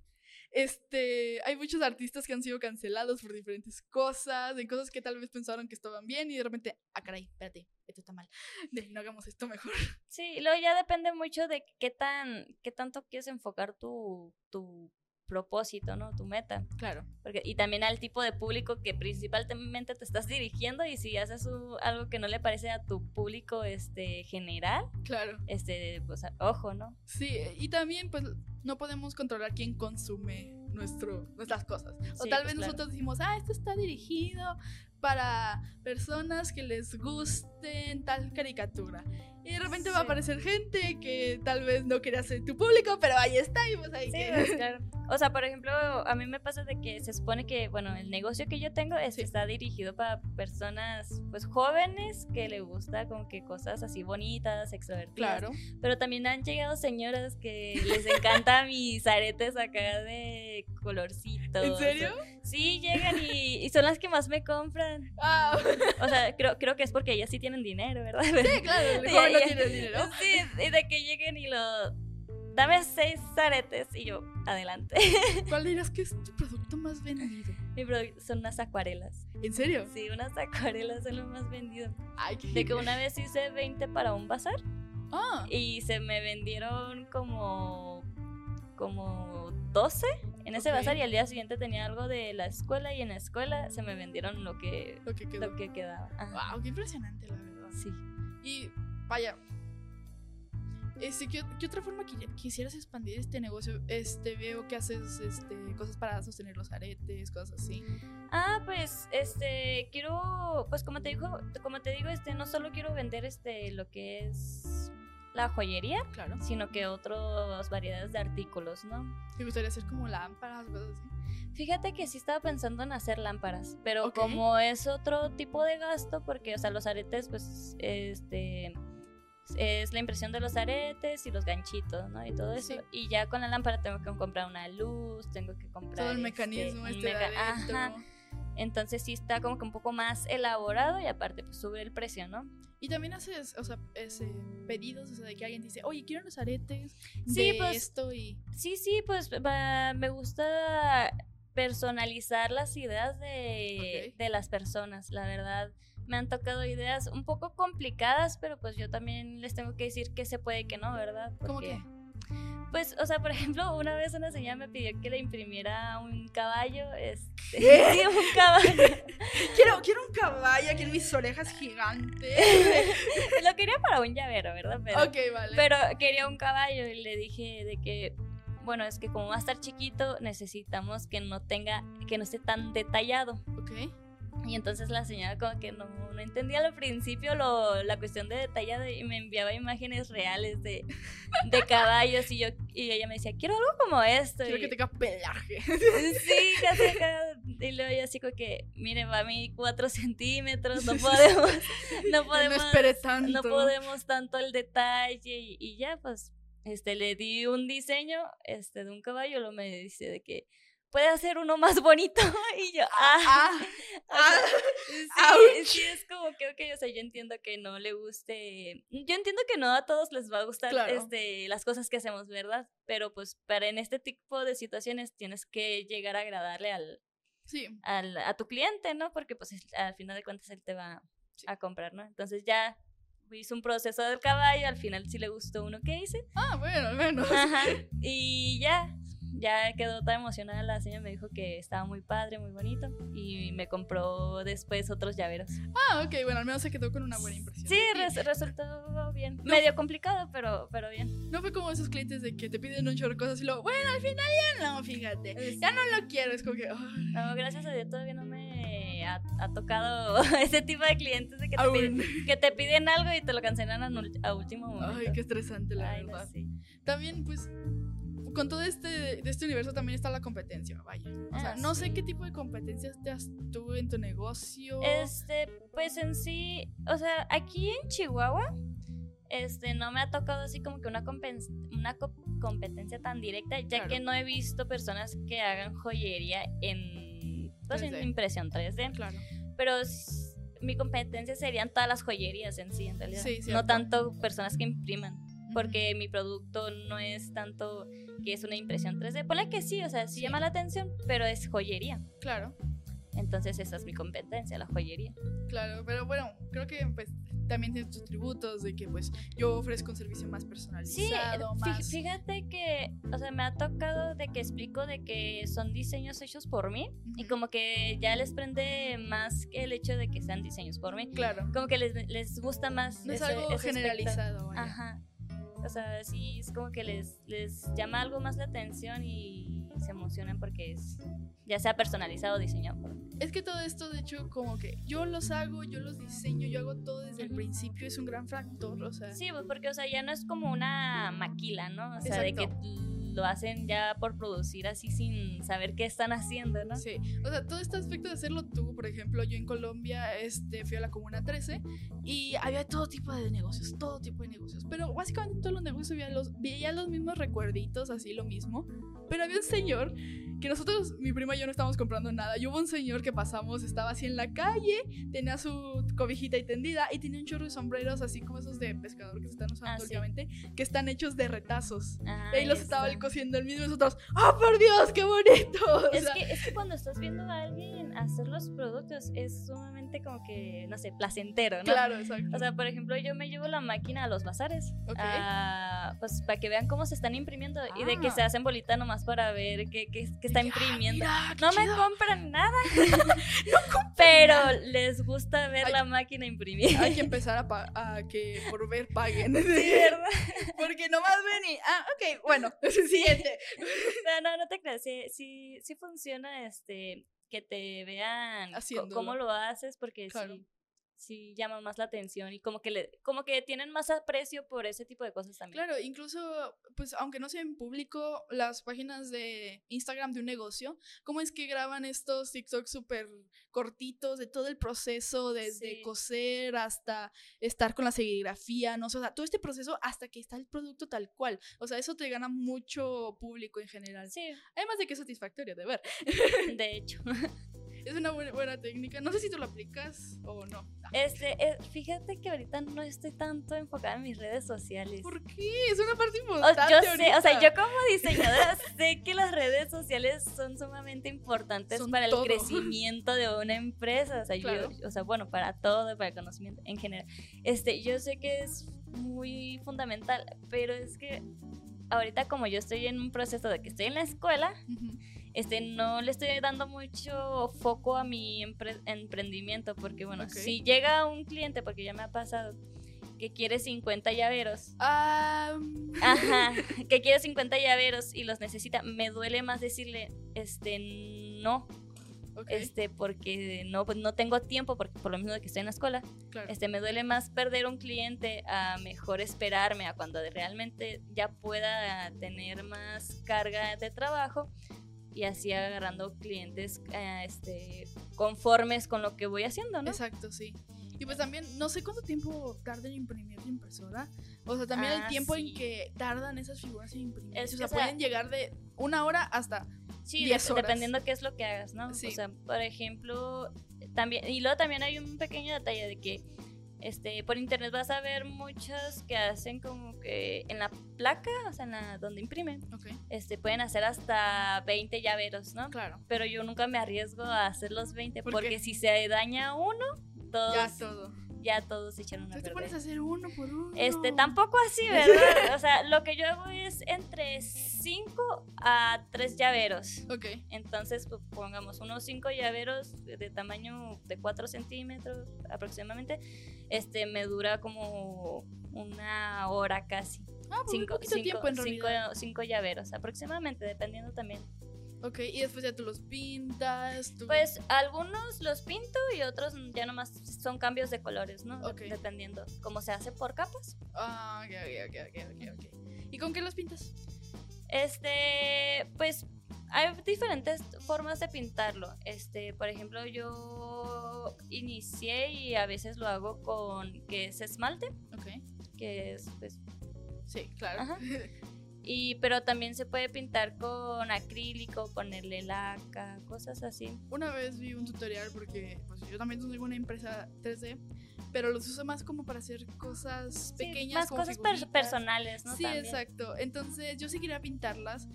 Speaker 1: Este, hay muchos artistas que han sido cancelados por diferentes cosas, en cosas que tal vez pensaron que estaban bien y de repente, ah, caray, espérate, esto está mal. De, no hagamos esto mejor.
Speaker 3: Sí, y luego ya depende mucho de qué tan, qué tanto quieres enfocar tu, tu propósito, ¿no? Tu meta.
Speaker 1: Claro.
Speaker 3: Porque, y también al tipo de público que principalmente te estás dirigiendo y si haces u- algo que no le parece a tu público este, general,
Speaker 1: Claro.
Speaker 3: este, pues ojo, ¿no?
Speaker 1: Sí, y también pues no podemos controlar quién consume nuestro, nuestras cosas. O
Speaker 3: Sí,
Speaker 1: tal vez
Speaker 3: pues, claro.
Speaker 1: nosotros decimos, ah, esto está dirigido para personas que les gusten tal caricatura. Y de repente va a
Speaker 3: Sí.
Speaker 1: aparecer gente que tal vez no quería ser tu público, pero ahí está y pues ahí
Speaker 3: Sí,
Speaker 1: que-
Speaker 3: pues, claro. O sea, por ejemplo, a mí me pasa de que se supone que, bueno, el negocio que yo tengo
Speaker 1: Sí.
Speaker 3: este, está dirigido para personas, pues, jóvenes que le gusta como que cosas así bonitas, extrovertidas.
Speaker 1: Claro.
Speaker 3: Pero también han llegado señoras que les encantan mis aretes acá de colorcito.
Speaker 1: ¿En serio?
Speaker 3: Sí, llegan y, y son las que más me compran.
Speaker 1: Ah,
Speaker 3: O sea, creo, creo que es porque ellas sí tienen dinero, ¿verdad?
Speaker 1: sí, claro, el
Speaker 3: Sí,
Speaker 1: joven no
Speaker 3: ya.
Speaker 1: tiene dinero.
Speaker 3: Sí, y de que lleguen y lo... Dame seis aretes y yo, adelante.
Speaker 1: ¿Cuál dirás que es tu producto más vendido?
Speaker 3: Mi producto son unas acuarelas.
Speaker 1: ¿En serio?
Speaker 3: Sí, unas acuarelas son lo más vendido.
Speaker 1: Ay, qué
Speaker 3: De que
Speaker 1: genial.
Speaker 3: una vez hice 20 para un bazar
Speaker 1: Ah,
Speaker 3: y se me vendieron como... como 12 en ese
Speaker 1: Ok.
Speaker 3: bazar y al día siguiente tenía algo de la escuela y en la escuela se me vendieron lo que,
Speaker 1: lo que quedó.
Speaker 3: lo que quedaba. Ajá.
Speaker 1: Wow, qué impresionante, la verdad.
Speaker 3: Sí.
Speaker 1: Y vaya. Este, ¿qué, qué otra forma qui- quisieras expandir este negocio? Este, veo que haces este, cosas para sostener los aretes, cosas así.
Speaker 3: Ah, pues, este, quiero, pues como te digo, como te digo, este, no solo quiero vender, este, lo que es la joyería,
Speaker 1: Claro.
Speaker 3: sino que otras variedades de artículos, ¿no?
Speaker 1: ¿Te gustaría hacer como lámparas, cosas así?
Speaker 3: Fíjate que sí estaba pensando en hacer lámparas, pero
Speaker 1: Ok.
Speaker 3: como es otro tipo de gasto, porque, o sea, los aretes, pues, este, es la impresión de los aretes y los ganchitos, ¿no? Y todo eso.
Speaker 1: Sí.
Speaker 3: Y ya con la lámpara tengo que comprar una luz, tengo que comprar
Speaker 1: Todo el
Speaker 3: este,
Speaker 1: mecanismo
Speaker 3: un
Speaker 1: este, de
Speaker 3: meca-
Speaker 1: areto.
Speaker 3: Ajá. Entonces sí está como que un poco más elaborado y aparte pues sube el precio, ¿no?
Speaker 1: Y también haces, o sea, ese, pedidos, o sea, de que alguien te dice, oye, quiero unos aretes
Speaker 3: Sí,
Speaker 1: de
Speaker 3: pues-
Speaker 1: esto y...
Speaker 3: Sí, sí, pues va- me gusta personalizar las ideas de,
Speaker 1: Ok.
Speaker 3: de las personas, la verdad. Me han tocado ideas un poco complicadas, pero pues yo también les tengo que decir que se puede y que no, ¿verdad?
Speaker 1: ¿Cómo
Speaker 3: Porque,
Speaker 1: que?
Speaker 3: Pues, o sea, por ejemplo, una vez una señora me pidió que le imprimiera un caballo, este,
Speaker 1: ¿Qué?
Speaker 3: sí, un caballo.
Speaker 1: Quiero, quiero un caballo, quiero mis orejas gigantes.
Speaker 3: Lo quería para un llavero, ¿verdad? Pero-
Speaker 1: ok, vale.
Speaker 3: Pero quería un caballo y le dije de que, bueno, es que como va a estar chiquito, necesitamos que no tenga, que no esté tan detallado.
Speaker 1: ok.
Speaker 3: Y entonces la señora como que no, no entendía al principio lo- la cuestión de detallado y me enviaba imágenes reales de, de caballos y yo y ella me decía, quiero algo como esto.
Speaker 1: Quiero
Speaker 3: y-
Speaker 1: que tenga pelaje.
Speaker 3: Sí, casi acá. Y luego yo así como que, mire, va a mí cuatro centímetros, no podemos, no
Speaker 1: No
Speaker 3: podemos
Speaker 1: esperé tanto.
Speaker 3: no podemos tanto el detalle y, y ya pues este le di un diseño este de un caballo lo me dice de que puede hacer uno más bonito y yo ah,
Speaker 1: Ah,
Speaker 3: o sea,
Speaker 1: ah.
Speaker 3: sí,
Speaker 1: ouch.
Speaker 3: sí, es como que ok, o sea yo entiendo que no le guste yo entiendo que no a todos les va a gustar
Speaker 1: Claro.
Speaker 3: este las cosas que hacemos verdad pero pues para en este tipo de situaciones tienes que llegar a agradarle al,
Speaker 1: Sí,
Speaker 3: al- a tu cliente, ¿no? Porque pues es- al final de cuentas él te va a comprar, ¿no? Entonces ya hice un proceso del caballo, al final sí le gustó uno que hice.
Speaker 1: ah, bueno, al menos.
Speaker 3: Ajá. Y ya, ya quedó tan emocionada la señora, me dijo que estaba muy padre, muy bonito y me compró después otros llaveros.
Speaker 1: Ah, ok, bueno, al menos se quedó con una buena impresión.
Speaker 3: Sí,
Speaker 1: de ti.
Speaker 3: res- resultó bien. Medio complicado, pero, pero bien.
Speaker 1: No fue como esos clientes de que te piden un chorro de cosas y luego, bueno, al final ya no, fíjate. Ya no lo quiero, es como que. ay,
Speaker 3: No, gracias a Dios todavía no me ha, ha tocado ese tipo de clientes de que te, piden,
Speaker 1: aún.
Speaker 3: que te piden algo y te lo cancelan a, nul- a último momento.
Speaker 1: Ay, qué estresante, la
Speaker 3: Ay, no,
Speaker 1: verdad.
Speaker 3: sí.
Speaker 1: También, pues, con todo este, de este universo también está la competencia, vaya. O sea,
Speaker 3: Ah,
Speaker 1: no sé
Speaker 3: sí.
Speaker 1: qué tipo de competencias te has tú en tu negocio.
Speaker 3: Este, pues en sí, o sea, aquí en Chihuahua, este, no me ha tocado así como que una, compens- una co- competencia tan directa, ya
Speaker 1: Claro.
Speaker 3: que no he visto personas que hagan joyería en, pues, en
Speaker 1: 3D.
Speaker 3: impresión 3D.
Speaker 1: Claro.
Speaker 3: Pero s- mi competencia serían todas las joyerías en sí, en realidad.
Speaker 1: Sí, cierto.
Speaker 3: no tanto personas que impriman. Porque mi producto no es tanto que es una impresión 3D. Ponle que sí, o sea, sí
Speaker 1: Sí.
Speaker 3: llama la atención, pero es joyería.
Speaker 1: Ujú, Claro,
Speaker 3: Entonces esa es mi competencia, la joyería.
Speaker 1: claro. Pero bueno, creo que pues, también tienes tus tributos de que, pues, yo ofrezco un servicio más
Speaker 3: Sí,
Speaker 1: personalizado,
Speaker 3: fí-
Speaker 1: más.
Speaker 3: fíjate que, o sea, me ha tocado de que explico de que son diseños hechos por mí y
Speaker 1: Ujú,
Speaker 3: como que ya les prende más que el hecho de que sean diseños por mí.
Speaker 1: Claro.
Speaker 3: Como que les, les gusta más.
Speaker 1: No es
Speaker 3: ese-
Speaker 1: algo
Speaker 3: ese aspecto.
Speaker 1: generalizado, vaya.
Speaker 3: Ajá. O sea, sí, es como que les, les llama algo más la atención y se emocionan porque es, ya sea personalizado o diseñado por mí.
Speaker 1: Es que todo esto, de hecho, como que yo los hago, yo los diseño, yo hago todo desde el
Speaker 3: Ujú.
Speaker 1: principio, es un gran factor, o sea.
Speaker 3: Sí, pues porque, o sea, ya no es como una maquila, ¿no? O sea, de
Speaker 1: Exacto.
Speaker 3: que lo hacen ya por producir así sin saber qué están haciendo, ¿no?
Speaker 1: Sí, o sea, todo este aspecto de hacerlo tú, por ejemplo, yo en Colombia este, fui a la Comuna 13 y había todo tipo de negocios, todo tipo de negocios, pero básicamente en todos los negocios había los, veía los mismos recuerditos, así lo mismo, pero había un señor que nosotros, mi prima y yo no estábamos comprando nada, y hubo un señor que pasamos, estaba así en la calle, tenía su cobijita y tendida y tenía un chorro de sombreros así como esos de pescador que se están usando
Speaker 3: Ah, sí.
Speaker 1: últimamente, que están hechos de retazos. Y
Speaker 3: Ahí
Speaker 1: ahí los estaba
Speaker 3: está.
Speaker 1: él cosiendo el mismo y nosotros, ¡ah, por Dios, qué bonito! O
Speaker 3: Es
Speaker 1: sea,
Speaker 3: que, es que cuando estás viendo a alguien hacer los productos es sumamente como que, no sé, placentero, ¿no?
Speaker 1: Claro, exacto.
Speaker 3: O sea, por ejemplo, yo me llevo la máquina a los bazares.
Speaker 1: Ok.
Speaker 3: a- pues para que vean cómo se están imprimiendo y de que
Speaker 1: Ah.
Speaker 3: se hacen bolita nomás para ver qué, qué, qué está
Speaker 1: Ya,
Speaker 3: imprimiendo.
Speaker 1: mira, qué
Speaker 3: No me
Speaker 1: chido.
Speaker 3: compran nada. Pero les gusta ver
Speaker 1: Ay.
Speaker 3: la máquina imprimir.
Speaker 1: Hay que empezar a, pa- a que por ver paguen. Porque nomás ven y. Ah, ok, bueno, siguiente.
Speaker 3: No, no, no te creas. Sí, sí, sí funciona este, que te vean co-
Speaker 1: Haciéndolo.
Speaker 3: cómo lo haces, porque
Speaker 1: Claro.
Speaker 3: sí, sí llama más la atención y como que, le, como que tienen más aprecio por ese tipo de cosas también.
Speaker 1: Claro, incluso, pues aunque no sea en público, las páginas de Instagram de un negocio, ¿cómo es que graban estos TikToks súper cortitos de todo el proceso, desde
Speaker 3: Sí.
Speaker 1: coser hasta estar con la serigrafía, no sé, o sea, todo este proceso hasta que está el producto tal cual. O sea, eso te gana mucho público en general.
Speaker 3: Sí,
Speaker 1: Además de que es satisfactorio de ver.
Speaker 3: de hecho.
Speaker 1: Es una buena, buena técnica. No sé si tú la aplicas o no. Ah,
Speaker 3: Este, eh, fíjate que ahorita no estoy tanto enfocada en mis redes sociales.
Speaker 1: ¿Por qué? Es una parte
Speaker 3: O-
Speaker 1: importante.
Speaker 3: Oh, yo sé, o sea,
Speaker 1: ahorita.
Speaker 3: yo como diseñadora sé que las redes sociales son sumamente importantes
Speaker 1: Son
Speaker 3: para el
Speaker 1: todo.
Speaker 3: crecimiento de una empresa, o sea, yo-
Speaker 1: Claro.
Speaker 3: o sea, bueno, para todo, para el conocimiento en general. Este, yo sé que es muy fundamental, pero es que ahorita como yo estoy en un proceso de que estoy en la escuela,
Speaker 1: Ujú.
Speaker 3: este, no le estoy dando mucho foco a mi empre- emprendimiento, porque bueno,
Speaker 1: Ok.
Speaker 3: si llega un cliente, porque ya me ha pasado, que quiere 50 llaveros,
Speaker 1: Ah,
Speaker 3: Ajá, que quiere 50 llaveros y los necesita. Me duele más decirle, este, no,
Speaker 1: ok,
Speaker 3: este, porque no, pues no tengo tiempo, porque por lo mismo de que estoy en la escuela.
Speaker 1: claro.
Speaker 3: Este, me duele más perder un cliente a mejor esperarme a cuando de- realmente ya pueda tener más carga de trabajo y así agarrando clientes, eh, este, conformes con lo que voy haciendo, ¿no?
Speaker 1: Exacto, sí. Y pues también, no sé cuánto tiempo tarda en imprimir la impresora. O sea, también el
Speaker 3: Ah,
Speaker 1: tiempo
Speaker 3: sí.
Speaker 1: en que tardan esas figuras en imprimir.
Speaker 3: Es
Speaker 1: o
Speaker 3: que,
Speaker 1: sea,
Speaker 3: o sea,
Speaker 1: pueden llegar de una hora hasta.
Speaker 3: Sí,
Speaker 1: 10
Speaker 3: dep-
Speaker 1: horas.
Speaker 3: dependiendo qué es lo que hagas, ¿no?
Speaker 1: Sí.
Speaker 3: O sea, por ejemplo, también, y luego también hay un pequeño detalle de que este, por internet vas a ver muchos que hacen como que en la placa, o sea, en la, donde imprimen,
Speaker 1: Ok,
Speaker 3: este, pueden hacer hasta 20 llaveros, ¿no?
Speaker 1: claro.
Speaker 3: Pero yo nunca me arriesgo a hacer los 20
Speaker 1: ¿Por
Speaker 3: porque
Speaker 1: qué?
Speaker 3: si se daña uno, todos
Speaker 1: Ya todo.
Speaker 3: ya, ya todos se echaron una
Speaker 1: Tú te
Speaker 3: perder.
Speaker 1: pones a hacer uno por uno.
Speaker 3: Este, tampoco así, ¿verdad? O sea, lo que yo hago es entre 5 a 3 llaveros.
Speaker 1: Ok.
Speaker 3: Entonces, pues, pongamos unos 5 llaveros de de tamaño de 4 centímetros aproximadamente. Este, me dura como una hora casi.
Speaker 1: Ah, por muy
Speaker 3: Cinco,
Speaker 1: poquito
Speaker 3: cinco,
Speaker 1: tiempo en
Speaker 3: cinco-
Speaker 1: realidad.
Speaker 3: cinco llaveros aproximadamente, dependiendo también.
Speaker 1: Ok, y después ya tú los pintas. Tú...
Speaker 3: Pues algunos los pinto y otros ya nomás son cambios de colores, ¿no? De-
Speaker 1: Ok.
Speaker 3: Dependiendo. Como se hace por capas.
Speaker 1: Ah, ok, ok, ok, ok, ok, ok. ¿Y con qué los pintas?
Speaker 3: Este, pues hay diferentes formas de pintarlo. Este, por ejemplo, yo inicié y a veces lo hago con que es esmalte,
Speaker 1: Ok.
Speaker 3: que es pues
Speaker 1: Sí, claro.
Speaker 3: Ajá. y pero también se puede pintar con acrílico, ponerle laca, cosas así.
Speaker 1: Una vez vi un tutorial porque pues, yo también tengo una empresa 3D, pero los uso más como para hacer cosas
Speaker 3: Sí,
Speaker 1: pequeñas.
Speaker 3: más
Speaker 1: como
Speaker 3: cosas per-
Speaker 1: figuritas.
Speaker 3: personales, ¿no?
Speaker 1: Sí,
Speaker 3: También.
Speaker 1: exacto. Entonces yo sí quería pintarlas,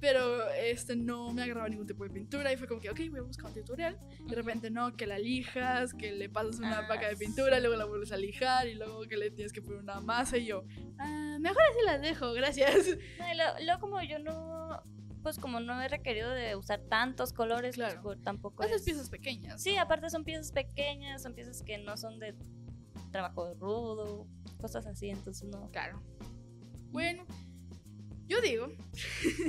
Speaker 1: pero este no me agarraba ningún tipo de pintura y fue como que, ok, voy a buscar un tutorial. De repente no, que la lijas, que le pasas una
Speaker 3: Ah,
Speaker 1: paca de
Speaker 3: sí.
Speaker 1: pintura, luego la vuelves a lijar y luego que le tienes que poner una masa y yo, "Ah, mejor así las dejo, gracias.
Speaker 3: No, y lo- luego como yo no, pues como no he requerido de usar tantos colores, pues,
Speaker 1: Claro.
Speaker 3: co- tampoco
Speaker 1: Haces
Speaker 3: es-
Speaker 1: piezas pequeñas.
Speaker 3: Sí, aparte son piezas pequeñas, son piezas que no son de trabajo rudo, cosas así, entonces no.
Speaker 1: Claro. Bueno, yo digo,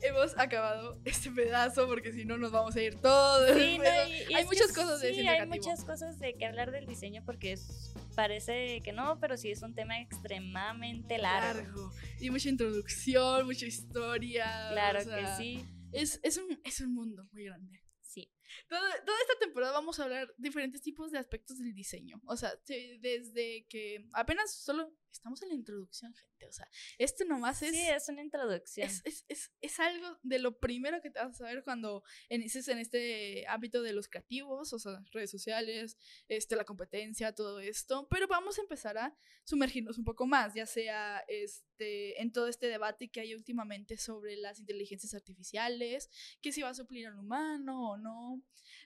Speaker 1: hemos acabado este pedazo porque si no nos vamos a ir todos.
Speaker 3: Sí, no,
Speaker 1: Pero
Speaker 3: y- y
Speaker 1: hay
Speaker 3: es que
Speaker 1: muchas cosas de
Speaker 3: sí,
Speaker 1: diseño
Speaker 3: hay
Speaker 1: creativo.
Speaker 3: muchas cosas de que hablar del diseño porque es- parece que no, pero sí es un tema extremadamente largo.
Speaker 1: largo. Y mucha introducción, mucha historia.
Speaker 3: Claro,
Speaker 1: o sea,
Speaker 3: que sí.
Speaker 1: Es, es, un, es un mundo muy grande.
Speaker 3: Sí.
Speaker 1: Toda, toda esta temporada vamos a hablar diferentes tipos de aspectos del diseño. O sea, te- desde que apenas solo estamos en la introducción, gente. O sea, esto nomás es...
Speaker 3: Sí, es una introducción.
Speaker 1: Es, es- es- es algo de lo primero que te vas a saber cuando inicies en este ámbito de los creativos, o sea, redes sociales, este, la competencia, todo esto. Pero vamos a empezar a sumergirnos un poco más, ya sea este, en todo este debate que hay últimamente sobre las inteligencias artificiales, que si va a suplir al humano o no,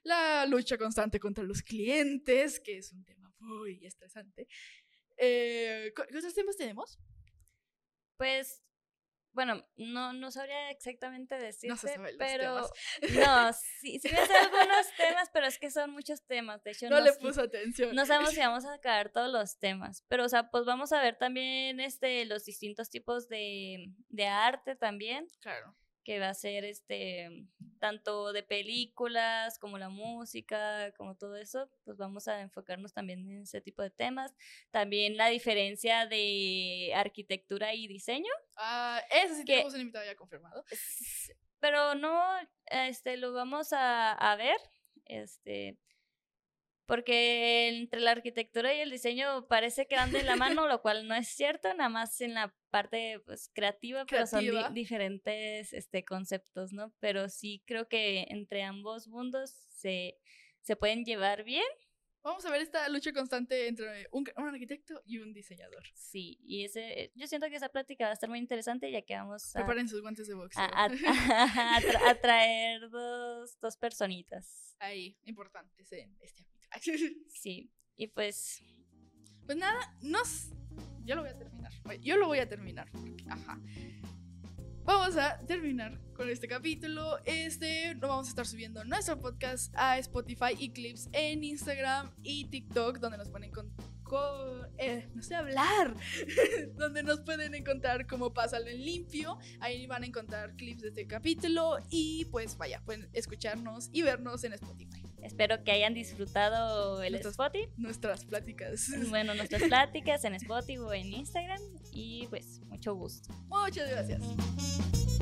Speaker 1: la lucha constante contra los clientes, que es un tema muy estresante. Eh, ¿cu- ¿Qué otros temas tenemos?
Speaker 3: Pues, bueno, no, no sabría exactamente decirte,
Speaker 1: No se saben los
Speaker 3: pero
Speaker 1: temas.
Speaker 3: no, sí, sí me sé algunos temas, pero es que son muchos temas. De hecho,
Speaker 1: No le
Speaker 3: nos-
Speaker 1: puse atención.
Speaker 3: No sabemos si vamos a acabar todos los temas, pero o sea, pues vamos a ver también este los distintos tipos de, de arte también,
Speaker 1: Claro.
Speaker 3: que va a ser este tanto de películas como la música, como todo eso, pues vamos a enfocarnos también en ese tipo de temas. También la diferencia de arquitectura y diseño,
Speaker 1: Ah, ese sí
Speaker 3: que-
Speaker 1: tenemos un invitado ya confirmado.
Speaker 3: s- pero no este lo vamos a, a ver, este porque entre la arquitectura y el diseño parece que van de la mano, lo cual no es cierto, nada más en la parte pues, creativa, pero son di-
Speaker 1: Creativa.
Speaker 3: diferentes este, conceptos, ¿no? Pero sí creo que entre ambos mundos se, se pueden llevar bien,
Speaker 1: Vamos a ver esta lucha constante entre un, un arquitecto y un diseñador.
Speaker 3: sí, y ese, yo siento que esa plática va a estar muy interesante ya que vamos a,
Speaker 1: Preparen sus guantes de boxeo.
Speaker 3: a- a- a tra- a traer dos, dos personitas.
Speaker 1: Ahí, importantes en este ámbito.
Speaker 3: Sí, y pues
Speaker 1: Pues nada, nos... Yo lo voy a terminar. Oye, Yo lo voy a terminar. porque- ajá. Vamos a terminar con este capítulo. Este, lo vamos a estar subiendo nuestro podcast a Spotify y clips en Instagram y TikTok, donde nos pueden con, co- eh, no sé hablar. donde nos pueden encontrar como Pásalo en limpio. Ahí van a encontrar clips de este capítulo y pues vaya, pueden escucharnos y vernos en Spotify.
Speaker 3: espero que hayan disfrutado el
Speaker 1: Nuestros-
Speaker 3: Spotify.
Speaker 1: Nuestras pláticas.
Speaker 3: Bueno, nuestras pláticas en Spotify o en Instagram. Y pues, mucho gusto.
Speaker 1: Muchas gracias.